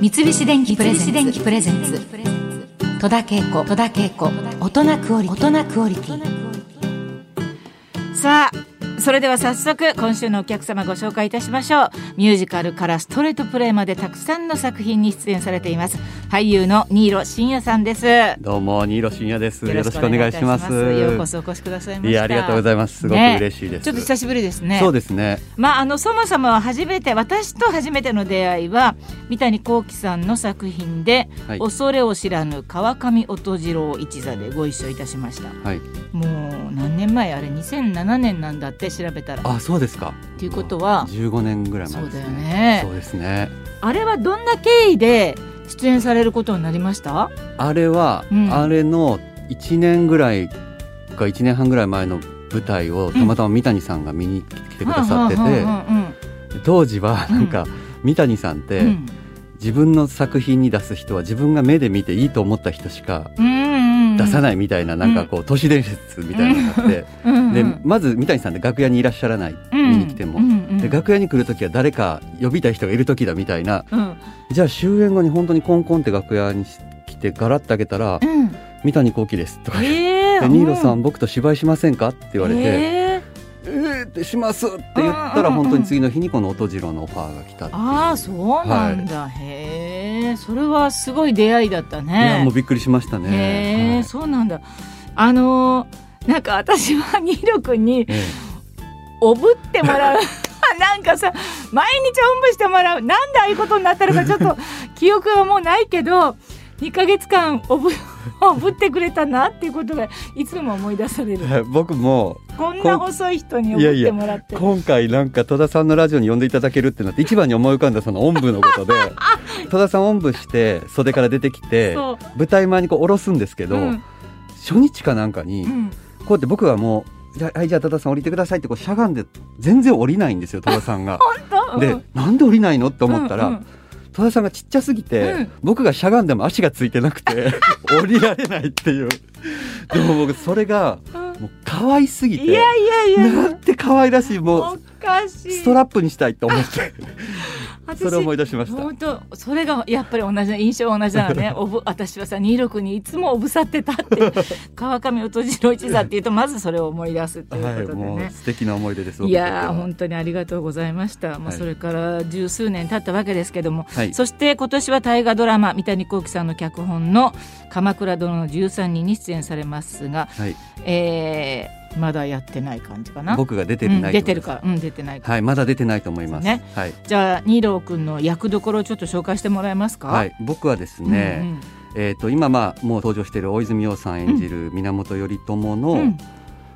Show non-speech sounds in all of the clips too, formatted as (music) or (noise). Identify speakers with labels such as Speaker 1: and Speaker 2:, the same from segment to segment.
Speaker 1: 三菱電機プレゼンツ戸田恵子戸田恵子大人クオリティ大人クオリティ
Speaker 2: さあそれでは早速今週のお客様ご紹介いたしましょうミュージカルからストレートプレイまでたくさんの作品に出演されています俳優の新納真也さんですよ
Speaker 3: どうも新納信也です。よろしくお願いします。
Speaker 2: ようこそお越しくださいました
Speaker 3: いやありがとうございますすごく
Speaker 2: ね
Speaker 3: 嬉しいです
Speaker 2: ちょっと久しぶりですね
Speaker 3: そうですね。
Speaker 2: まあ、あのそもそも初めて私と初めての出会いは三谷幸喜さんの作品で「
Speaker 3: はい
Speaker 2: 恐れを知らぬ川上音次郎一座」でご一緒いたしました
Speaker 3: はい。
Speaker 2: もう何年前あれ2007年なんだって調べたら
Speaker 3: あそうですか。
Speaker 2: っていうことは
Speaker 3: 15年ぐらい前です
Speaker 2: そ
Speaker 3: ね。
Speaker 2: うだよね
Speaker 3: そうですね。
Speaker 2: あれはどんな経緯で出演されることになりました
Speaker 3: あれは、
Speaker 2: うん
Speaker 3: あれの1年ぐらいか1年半ぐらい前の舞台をたまたま三谷さんが見に来てくださってて、
Speaker 2: うんうん
Speaker 3: 当時はなんか、三谷さんって、
Speaker 2: うん
Speaker 3: 自分の作品に出す人は自分が目で見ていいと思った人しか
Speaker 2: うん
Speaker 3: 出
Speaker 2: な
Speaker 3: さ
Speaker 2: い、
Speaker 3: ないみたいな、なんかこう都市伝説みたいなのがあって、
Speaker 2: うんうん
Speaker 3: でまず三谷さんって楽屋にいらっしゃらない、見に来ても、
Speaker 2: うんうんうん
Speaker 3: で楽屋に来る時は誰か呼びたい人がいる時だみたいな
Speaker 2: うん
Speaker 3: じゃあ終演後に本当にコンコンって楽屋に来てガラッと開けたら
Speaker 2: うん
Speaker 3: 「三谷幸喜です」とか言って。
Speaker 2: え
Speaker 3: で
Speaker 2: ー、
Speaker 3: ニーロさ
Speaker 2: うん
Speaker 3: ん僕と芝居しませんか?」って言われて「
Speaker 2: えー
Speaker 3: えーってします」って言った
Speaker 2: うんうんう
Speaker 3: ら
Speaker 2: ん
Speaker 3: 本当に次の日にこの音次郎のオファーが来たっていう
Speaker 2: ああそうなんだ、へえそれはすごい出会いだった
Speaker 3: いや
Speaker 2: ね
Speaker 3: もうびっくりしました
Speaker 2: へえ、
Speaker 3: ね。はい
Speaker 2: そうなんだあのーなんか私はニーロ君に
Speaker 3: え
Speaker 2: おぶってもらう (laughs) なんかさ毎日おんぶしてもらうなんでああいうことになった
Speaker 3: (laughs)
Speaker 2: のかちょっと記憶はもうないけど2ヶ月間おぶ (laughs) おぶってくれたなっていうことがいつも思い出される
Speaker 3: え僕も
Speaker 2: こんな細い人におぶってもらって
Speaker 3: 今回なんか戸田さんのラジオに呼んでいただけるってなって一番に思い浮かんだそのおんぶ
Speaker 2: (laughs)
Speaker 3: のことで戸田さんおんぶして袖から出てきて
Speaker 2: そう
Speaker 3: 舞台前にこう下ろすんですけど、
Speaker 2: うん
Speaker 3: 初日かなんかに、
Speaker 2: うん
Speaker 3: こうやって僕はもう「じゃあはいじゃあ多田さん降りてください」ってこうしゃがんで全然降りないんですよ戸田さんが。
Speaker 2: と (laughs)
Speaker 3: で
Speaker 2: うん
Speaker 3: なんで降りないのって思ったら、
Speaker 2: うんうん
Speaker 3: 戸田さんがちっちゃすぎて、
Speaker 2: うん
Speaker 3: 僕がしゃがんでも足がついてな
Speaker 2: (laughs)
Speaker 3: くて降りられないっていうでも僕それが
Speaker 2: うん
Speaker 3: もう可愛すぎて
Speaker 2: いやいやいや
Speaker 3: (laughs) なんて可愛らしいも
Speaker 2: お
Speaker 3: う
Speaker 2: かしい
Speaker 3: ストラップにしたいと思って
Speaker 2: (laughs)
Speaker 3: それを思い出しました。
Speaker 2: 本当それがやっぱり同じ印象は同じなの
Speaker 3: (laughs)
Speaker 2: ねおぶ私はさ26にいつもおぶさってたって川上音次郎一座っていうとまずそれを思い出すと
Speaker 3: はいいう
Speaker 2: ことで
Speaker 3: も
Speaker 2: ね
Speaker 3: う。素敵な思い出です
Speaker 2: いやー
Speaker 3: 僕にとっては
Speaker 2: 本当にありがとうございました、まあ、
Speaker 3: はい
Speaker 2: それから十数年経ったわけですけども、
Speaker 3: はい
Speaker 2: そして今年は大河ドラマ三谷幸喜さんの脚本の「鎌倉殿の13人」に出演されますが、
Speaker 3: はい
Speaker 2: えーまだやってない感じかな
Speaker 3: 僕が出てる
Speaker 2: う
Speaker 3: な
Speaker 2: ん
Speaker 3: いと思います
Speaker 2: 出てるか、うん、出てないか
Speaker 3: はいまだ出てないと思います
Speaker 2: ね
Speaker 3: はい
Speaker 2: じゃあ二郎君の役どころをちょっと紹介してもらえますか
Speaker 3: はい、僕はですね、
Speaker 2: うんうん
Speaker 3: えー、と今、まあ、もう登場している大泉洋さん演じる源頼朝
Speaker 2: う
Speaker 3: の
Speaker 2: ん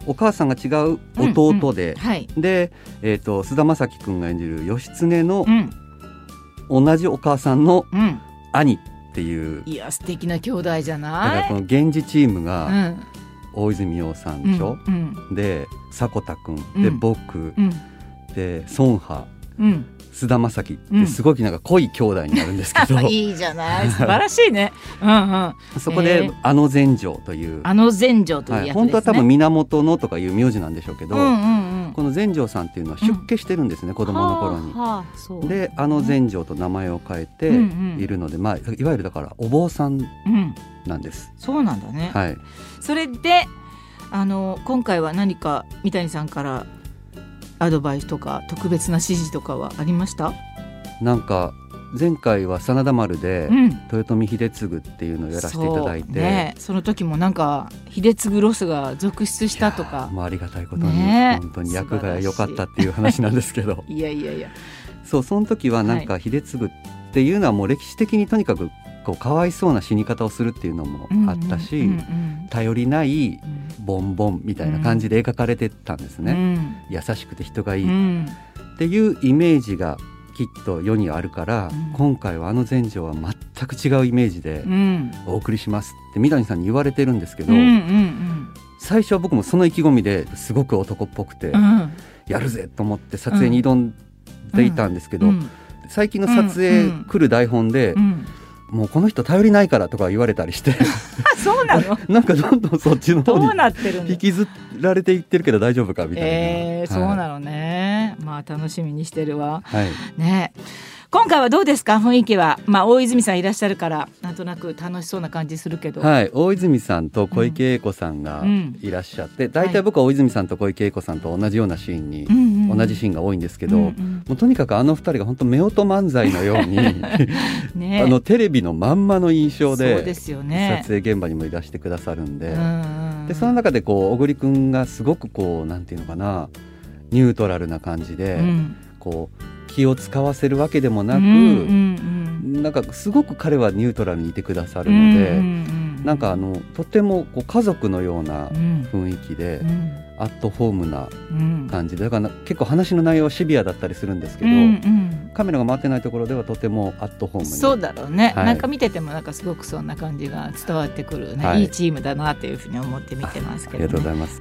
Speaker 3: お母さんが違う弟で、
Speaker 2: はい。
Speaker 3: で、えー、と菅田将暉君が演じる義経の
Speaker 2: うん
Speaker 3: 同じお母さんの
Speaker 2: うん。
Speaker 3: 兄っていう、
Speaker 2: いや素敵な兄弟じゃ
Speaker 3: だから
Speaker 2: ない。
Speaker 3: この源氏チーム
Speaker 2: う
Speaker 3: が
Speaker 2: ん
Speaker 3: 大泉洋さん
Speaker 2: う
Speaker 3: で
Speaker 2: ん
Speaker 3: しょ、
Speaker 2: うん
Speaker 3: で迫田君
Speaker 2: うん
Speaker 3: で僕、
Speaker 2: うん
Speaker 3: で孫波
Speaker 2: うん。
Speaker 3: 菅田将暉っ
Speaker 2: うん
Speaker 3: てすごくなんか濃い兄弟になるんですけ
Speaker 2: (laughs)
Speaker 3: ど、
Speaker 2: いいじゃ
Speaker 3: (laughs)
Speaker 2: ない。素晴らしいね。うんうん。
Speaker 3: そこ
Speaker 2: え
Speaker 3: で
Speaker 2: ー
Speaker 3: 「あの全城」という、
Speaker 2: あの全城という
Speaker 3: は
Speaker 2: 役ですね。
Speaker 3: い、本当は多分源のとかいう名字なんでしょうけど、
Speaker 2: うんうんうん。
Speaker 3: この全城さんっていうのは出家してるんですね、子供の頃に。
Speaker 2: はあはあそう。
Speaker 3: であの全城と名前を変えて
Speaker 2: うんうん
Speaker 3: いるので、まあ、いわゆるだからお坊さん
Speaker 2: うん。
Speaker 3: なんです。
Speaker 2: そうなんだね。
Speaker 3: はい、
Speaker 2: それであの今回は何か三谷さんからアドバイスとか特別な指示とかはありました？
Speaker 3: なんか前回は真田丸で
Speaker 2: うん。
Speaker 3: 豊臣秀次っていうのをやらせていただいて、
Speaker 2: そうね、その時もなんか秀次ロスが続出したと
Speaker 3: いや
Speaker 2: か
Speaker 3: ーもうありがたいことに、
Speaker 2: ねえ
Speaker 3: 本当に役が良かったっていう話なんですけど
Speaker 2: いやいやいや
Speaker 3: そうその時はなんか秀次っていうのはもう歴史的にとにかくこうかわいそうな死に方をするっていうのもあったし、
Speaker 2: うんうん
Speaker 3: 頼りない
Speaker 2: うん
Speaker 3: ボンボンみたいな感じで描かれてたんです
Speaker 2: う
Speaker 3: ね。
Speaker 2: ん
Speaker 3: 優しくて人がいい、
Speaker 2: うん
Speaker 3: っていうイメージがきっと世にあるから、
Speaker 2: うん
Speaker 3: 今回はあの全城は全く違うイメージで
Speaker 2: うん
Speaker 3: お送りしますって三谷さんに言われてるんですけど、
Speaker 2: うんうん
Speaker 3: 最初は僕もその意気込みですごく男っぽくて、
Speaker 2: うん
Speaker 3: やるぜと思って撮影に挑んでいたんですけど、
Speaker 2: うん
Speaker 3: 最近の撮影
Speaker 2: うん
Speaker 3: 来る台本で、
Speaker 2: うん
Speaker 3: もうこの人頼りないからとか言われたりして
Speaker 2: (laughs) あそう
Speaker 3: (laughs)
Speaker 2: なの
Speaker 3: なんかどんどんそっちの
Speaker 2: ど
Speaker 3: 方
Speaker 2: う
Speaker 3: に
Speaker 2: なってるんだ
Speaker 3: 引きずられていってるけど大丈夫かみたいな。
Speaker 2: えー、そう
Speaker 3: はい
Speaker 2: なのね、まあ楽しみにしてるわ
Speaker 3: はい
Speaker 2: ね今回はどうですか雰囲気はまあ大泉さんいらっしゃるからなんとなく楽しそうな感じするけど、
Speaker 3: はい、大泉さんと小池栄子さんが
Speaker 2: うん
Speaker 3: いらっしゃって、大体僕は大泉さんと小池栄子さんと同じようなシーンに、
Speaker 2: うんうん
Speaker 3: 同じシーンが多いんですけ
Speaker 2: け
Speaker 3: ど、もうとにかくあの二人が本当夫婦漫才のように (laughs) あ
Speaker 2: ね
Speaker 3: のテレビのまんまの印
Speaker 2: そ
Speaker 3: 象
Speaker 2: う
Speaker 3: で
Speaker 2: ですよね
Speaker 3: 撮影現場にもいらしてくださるんで,、
Speaker 2: うんうん
Speaker 3: でその中でこう小栗くんがすごくこうなんていうのかなニュートラルな感じで、
Speaker 2: うん
Speaker 3: こう気を使わせるわけでもなく、
Speaker 2: うんうん
Speaker 3: なんかすごく彼はニュートラルにいてくださ
Speaker 2: う
Speaker 3: る
Speaker 2: ん
Speaker 3: ので。
Speaker 2: うんうんうん
Speaker 3: なんかあのとてもこう家族のような
Speaker 2: うん
Speaker 3: 雰囲気で、
Speaker 2: うん
Speaker 3: アットホームな
Speaker 2: うん
Speaker 3: 感じでだから結構話の内容はシビアだったりするんですけ
Speaker 2: う
Speaker 3: ど、
Speaker 2: んうん
Speaker 3: カメラが回ってないところではとてもアットホームに
Speaker 2: そうだろうね、
Speaker 3: はい
Speaker 2: なんか見ててもなんかすごくそんな感じが伝わってくるね、、
Speaker 3: はいい
Speaker 2: いチームだなというふうに思って見てます
Speaker 3: あ
Speaker 2: け
Speaker 3: りがとう
Speaker 2: ど、
Speaker 3: ご
Speaker 2: ね、
Speaker 3: ざいます。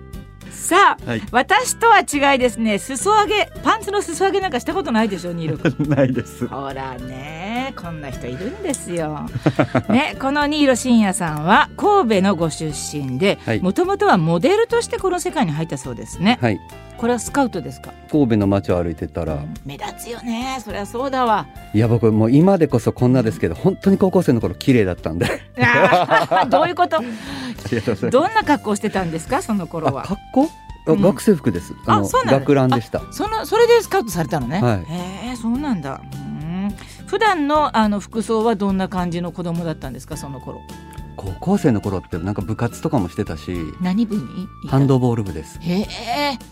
Speaker 2: さあ
Speaker 3: はい
Speaker 2: 私とは違いですね裾上げパンツの裾上げなんかしたことないでしょニール君
Speaker 3: (laughs) ないです。
Speaker 2: ほらねこんな人いるんですよ、 (laughs) ね、この新納慎也さんは神戸のご出身で
Speaker 3: はい
Speaker 2: もともとはモデルとしてこの世界に入ったそうですね
Speaker 3: はい。
Speaker 2: これはスカウトですか
Speaker 3: 神戸の街を歩いてたら、
Speaker 2: 目立つよねそりゃそうだわ
Speaker 3: いや僕もう今でこそこんなですけど、本当に高校生の頃綺麗だったんで。あ
Speaker 2: あー (laughs) どういう
Speaker 3: (laughs)
Speaker 2: こと
Speaker 3: りがとうございま
Speaker 2: (laughs)
Speaker 3: す。
Speaker 2: どんな格好してたんですかその頃
Speaker 3: あ
Speaker 2: は
Speaker 3: 格好？あ
Speaker 2: うん
Speaker 3: 学生服です。
Speaker 2: あ
Speaker 3: の
Speaker 2: そうなんだ
Speaker 3: 学ランでした。
Speaker 2: そのそれでスカウトされたのね、
Speaker 3: はい
Speaker 2: へえそうなんだうん普段のあの服装はどんな感じの子供だったんですかその頃
Speaker 3: 高校生の頃ってなんか部活とかもしてたし、
Speaker 2: 何部に
Speaker 3: ハンドボール部です。
Speaker 2: へえ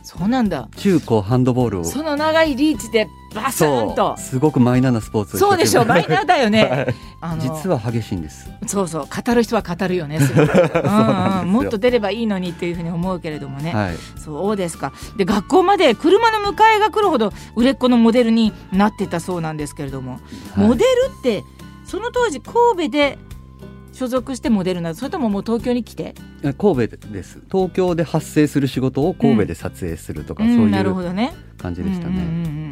Speaker 2: そうなんだ
Speaker 3: 中高ハンドボールを
Speaker 2: その長いリーチでバスーンと
Speaker 3: そうすごくマイナーなスポーツを
Speaker 2: そうで
Speaker 3: (laughs)
Speaker 2: しょマイナーだよね、
Speaker 3: はい
Speaker 2: あの
Speaker 3: 実は激しいんです
Speaker 2: そうそう語る人は語るよ
Speaker 3: (laughs)
Speaker 2: ねすごくうんうんもっと出ればいいのにっていうふうに思うけれどもね、
Speaker 3: はい
Speaker 2: そうですかで学校まで車の迎えが来るほど売れっ子のモデルになってたそうなんですけれども、モデルってその当時神戸で所属してモデルなのそれとももう東京に来て
Speaker 3: はい神戸です東京で発生する仕事を神戸で撮影するとか、そう
Speaker 2: うんないるほ
Speaker 3: う
Speaker 2: どね
Speaker 3: 感じでしたね、
Speaker 2: うんうんうん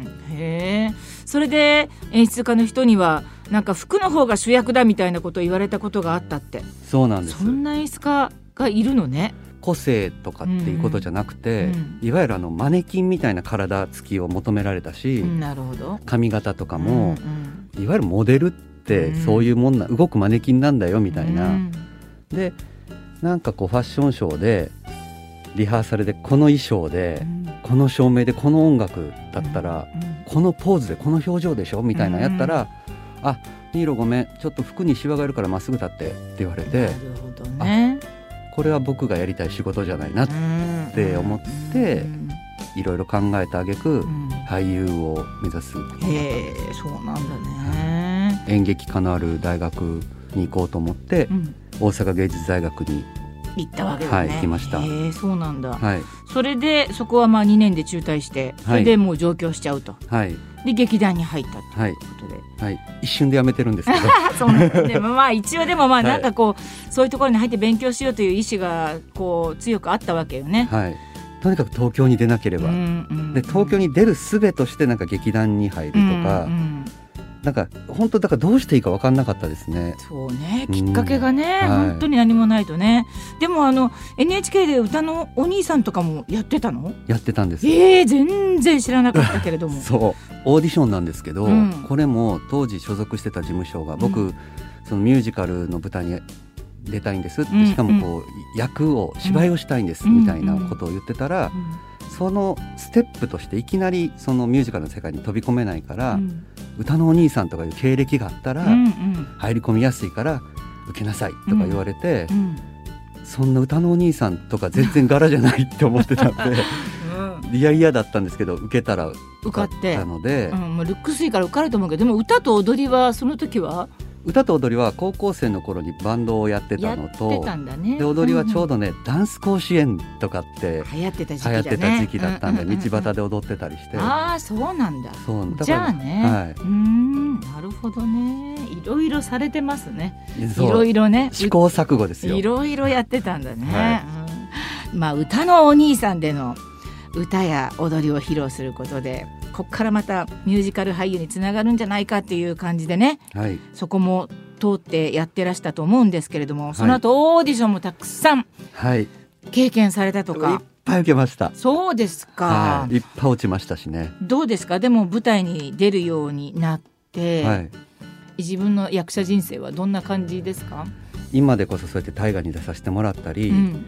Speaker 2: うんへえそれで演出家の人にはなんか服の方が主役だみたいなことを言われたことがあったって
Speaker 3: そうなんです
Speaker 2: そんな演出家がいるのね
Speaker 3: 個性とかっていうことじゃなくて、
Speaker 2: うん
Speaker 3: いわゆるあのマネキンみたいな体つきを求められたし、
Speaker 2: うんなるほど
Speaker 3: 髪型とかも
Speaker 2: う、ん
Speaker 3: いわゆるモデルってそういうもんな、動くマネキンなんだよみたいな、
Speaker 2: うん
Speaker 3: でなんかこうファッションショーでリハーサルでこの衣装で、
Speaker 2: うん
Speaker 3: この照明でこの音楽だったら、
Speaker 2: うん
Speaker 3: このポーズでこの表情でしょみたいなのやったら、あニーロごめんちょっと服にシワがあるからまっすぐ立ってって言われて、
Speaker 2: なるほどね
Speaker 3: これは僕がやりたい仕事じゃないな、って思って
Speaker 2: うん
Speaker 3: いろいろ考えた挙句、
Speaker 2: うん
Speaker 3: 俳優を目指す
Speaker 2: へえそうなんだね。
Speaker 3: 演劇科のある大学に行こうと思って、
Speaker 2: うん、
Speaker 3: 大阪芸術大学に、
Speaker 2: 行ったわけだね。
Speaker 3: はい行きました
Speaker 2: へえそうなんだ。
Speaker 3: はい
Speaker 2: それでそこはまあ2年で中退して、それでもう上京しちゃうと。
Speaker 3: はい
Speaker 2: で劇団に入ったという
Speaker 3: はい
Speaker 2: ことで。
Speaker 3: はい一瞬で辞めてるんですけど
Speaker 2: (laughs) あそうなんだでもまあ一応でもまあ
Speaker 3: はい
Speaker 2: なんかこう、そういうところに入って勉強しようという意志がこう強くあったわけよね。
Speaker 3: はいとにかく東京に出なければ、
Speaker 2: うんうん
Speaker 3: で東京
Speaker 2: に
Speaker 3: に出るすべとしてなんか劇団に入るとか、
Speaker 2: うん
Speaker 3: なんか本当だからどうしていいか分かんなかったですね。
Speaker 2: そうね
Speaker 3: うん
Speaker 2: きっかけがね、
Speaker 3: はい
Speaker 2: 本当に何もないとねでもあの NHK で歌のお兄さんとかもやってたの
Speaker 3: やってたんです。
Speaker 2: えー、全然知らなかったけれども。
Speaker 3: そうオーディションなんですけど、
Speaker 2: うん
Speaker 3: これも当時所属してた事務所が僕、
Speaker 2: う
Speaker 3: そのミュージカルの舞台に出たいんですって、
Speaker 2: うん
Speaker 3: しかもこう、役を芝居をしたいんです、
Speaker 2: うん
Speaker 3: みたいなことを言ってたら、そのステップとしていきなりそのミュージカルの世界に飛び込めないから、
Speaker 2: うん
Speaker 3: 歌のお兄さんとかいう経歴があったら、
Speaker 2: うんうん
Speaker 3: 入り込みやすいから受けなさいとか言われて。
Speaker 2: うん
Speaker 3: そんな歌のお兄さんとか全然柄じゃないって思ってたん
Speaker 2: (laughs)
Speaker 3: でいやいやだったんですけど受けたら
Speaker 2: 受かって
Speaker 3: た、ので、
Speaker 2: うん、まあルックスいいから受かると思うけどでも歌と踊りはその時は
Speaker 3: 歌と踊りは高校生の頃にバンドをやって
Speaker 2: や
Speaker 3: た
Speaker 2: っ
Speaker 3: の
Speaker 2: て
Speaker 3: と
Speaker 2: たんだね。
Speaker 3: で踊りはちょう
Speaker 2: ど、
Speaker 3: どね、ダンス甲子園とかって
Speaker 2: 流行ってた時期
Speaker 3: 流
Speaker 2: だね
Speaker 3: 行ってた時期だったんで、
Speaker 2: うううう
Speaker 3: 道端で踊ってたりして
Speaker 2: ああそうなんだ
Speaker 3: そうだから
Speaker 2: じゃあね、
Speaker 3: はいう
Speaker 2: ーんなるほどねいろいろされてますねい
Speaker 3: そう
Speaker 2: ろいろね
Speaker 3: 試行錯誤ですよ
Speaker 2: いろいろやってたんだね、うんまあ歌のお兄さんでの歌や踊りを披露することでこっからまたミュージカル俳優につながるんじゃないかっていう感じでね
Speaker 3: はい
Speaker 2: そこも通ってやってらしたと思うんですけれどもその後オーディションもたくさん
Speaker 3: はいいっ
Speaker 2: 経験されたとか、
Speaker 3: ぱい受けました
Speaker 2: そうですか、
Speaker 3: はいいっぱい落ちましたしね
Speaker 2: どうですかでも舞台に出るようになって、
Speaker 3: はい、
Speaker 2: 自分の役者人生はどんな感じですか、
Speaker 3: 今でこそそうやって大河に出させてもらったり、
Speaker 2: うん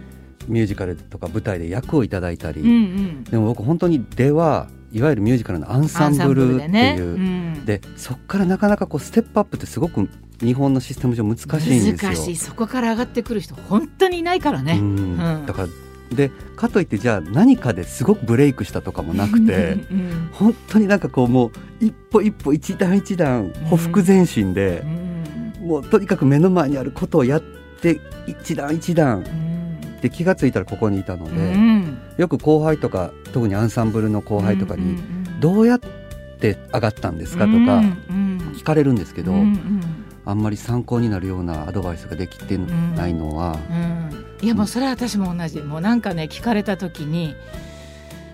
Speaker 3: ミュージカルとか舞台で役をいただいたり、
Speaker 2: うんうん、
Speaker 3: でも僕本当に出はいわゆるミュージカルのアンサンブルっていう。
Speaker 2: ねうん
Speaker 3: でそこからなかなかこうステップアップってすごく日本のシステム上難しいんですよ。
Speaker 2: 難しいそこから上がってくる人本当にいないから
Speaker 3: う
Speaker 2: ね。
Speaker 3: ん
Speaker 2: うん
Speaker 3: だからでかといってじゃあ何かですごくブレイクしたとかもなくて
Speaker 2: うん
Speaker 3: 本当になんかこうもう一歩一歩一段一段歩幅前進で
Speaker 2: う、ん
Speaker 3: もうとにかく目の前にあることをやって一段一段
Speaker 2: うん
Speaker 3: で気が付いたらここにいたので、
Speaker 2: うん
Speaker 3: よく後輩とか特にアンサンブルの後輩とかに「どうやって上がったんですか?」とか聞かれるんですけど。
Speaker 2: うんうん
Speaker 3: あんまり参考になるようなアドバイスができてないのは、
Speaker 2: うんいやもうそれは私も同じもうなんかね聞かれた時に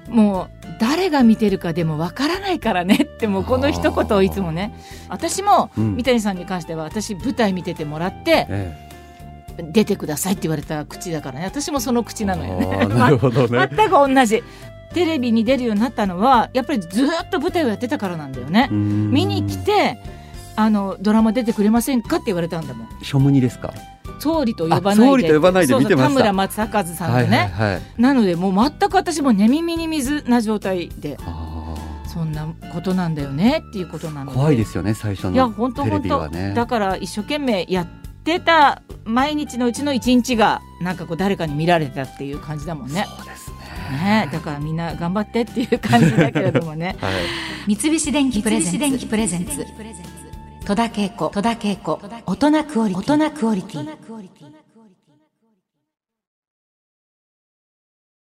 Speaker 2: もう誰が見てるかでもわからないからね (laughs) ってもうこの一言をいつもね私も
Speaker 3: うん
Speaker 2: 三谷さんに関しては私舞台見ててもらって
Speaker 3: ええ
Speaker 2: 出てくださいって言われた口だからね私もその口なのよ
Speaker 3: あ
Speaker 2: ね (laughs)
Speaker 3: ーなるほどね。
Speaker 2: 全く同じテレビに出るようになったのはやっぱりずーっと舞台をやってたからなんだよね見
Speaker 3: 見
Speaker 2: に来てあのドラマ出てくれませんかって言われたんだもん
Speaker 3: ショムニですか。
Speaker 2: 総理と呼ばないで
Speaker 3: あ総理と呼ばないで
Speaker 2: そうそう
Speaker 3: 見てました
Speaker 2: 田村正和さんのね、
Speaker 3: はいはいはい。
Speaker 2: なのでもう全く私も寝耳に水な状態で
Speaker 3: あ
Speaker 2: そんなことなんだよねっていうことな
Speaker 3: ー
Speaker 2: ので
Speaker 3: 怖いですすよね最初
Speaker 2: いや
Speaker 3: の
Speaker 2: 本当
Speaker 3: テレ
Speaker 2: 本
Speaker 3: ビ
Speaker 2: 当、
Speaker 3: はね。
Speaker 2: だから一生懸命やってた毎日のうちの一日がなんかこう誰かに見られたっていう感じだもんね
Speaker 3: そうですね。
Speaker 2: ねだからみんな頑張ってっていう感じだけれどもね
Speaker 3: はい。
Speaker 1: 三菱電機プレゼンツ
Speaker 4: 三菱電機プレゼンツ
Speaker 1: 戸田恵子大人クオリティ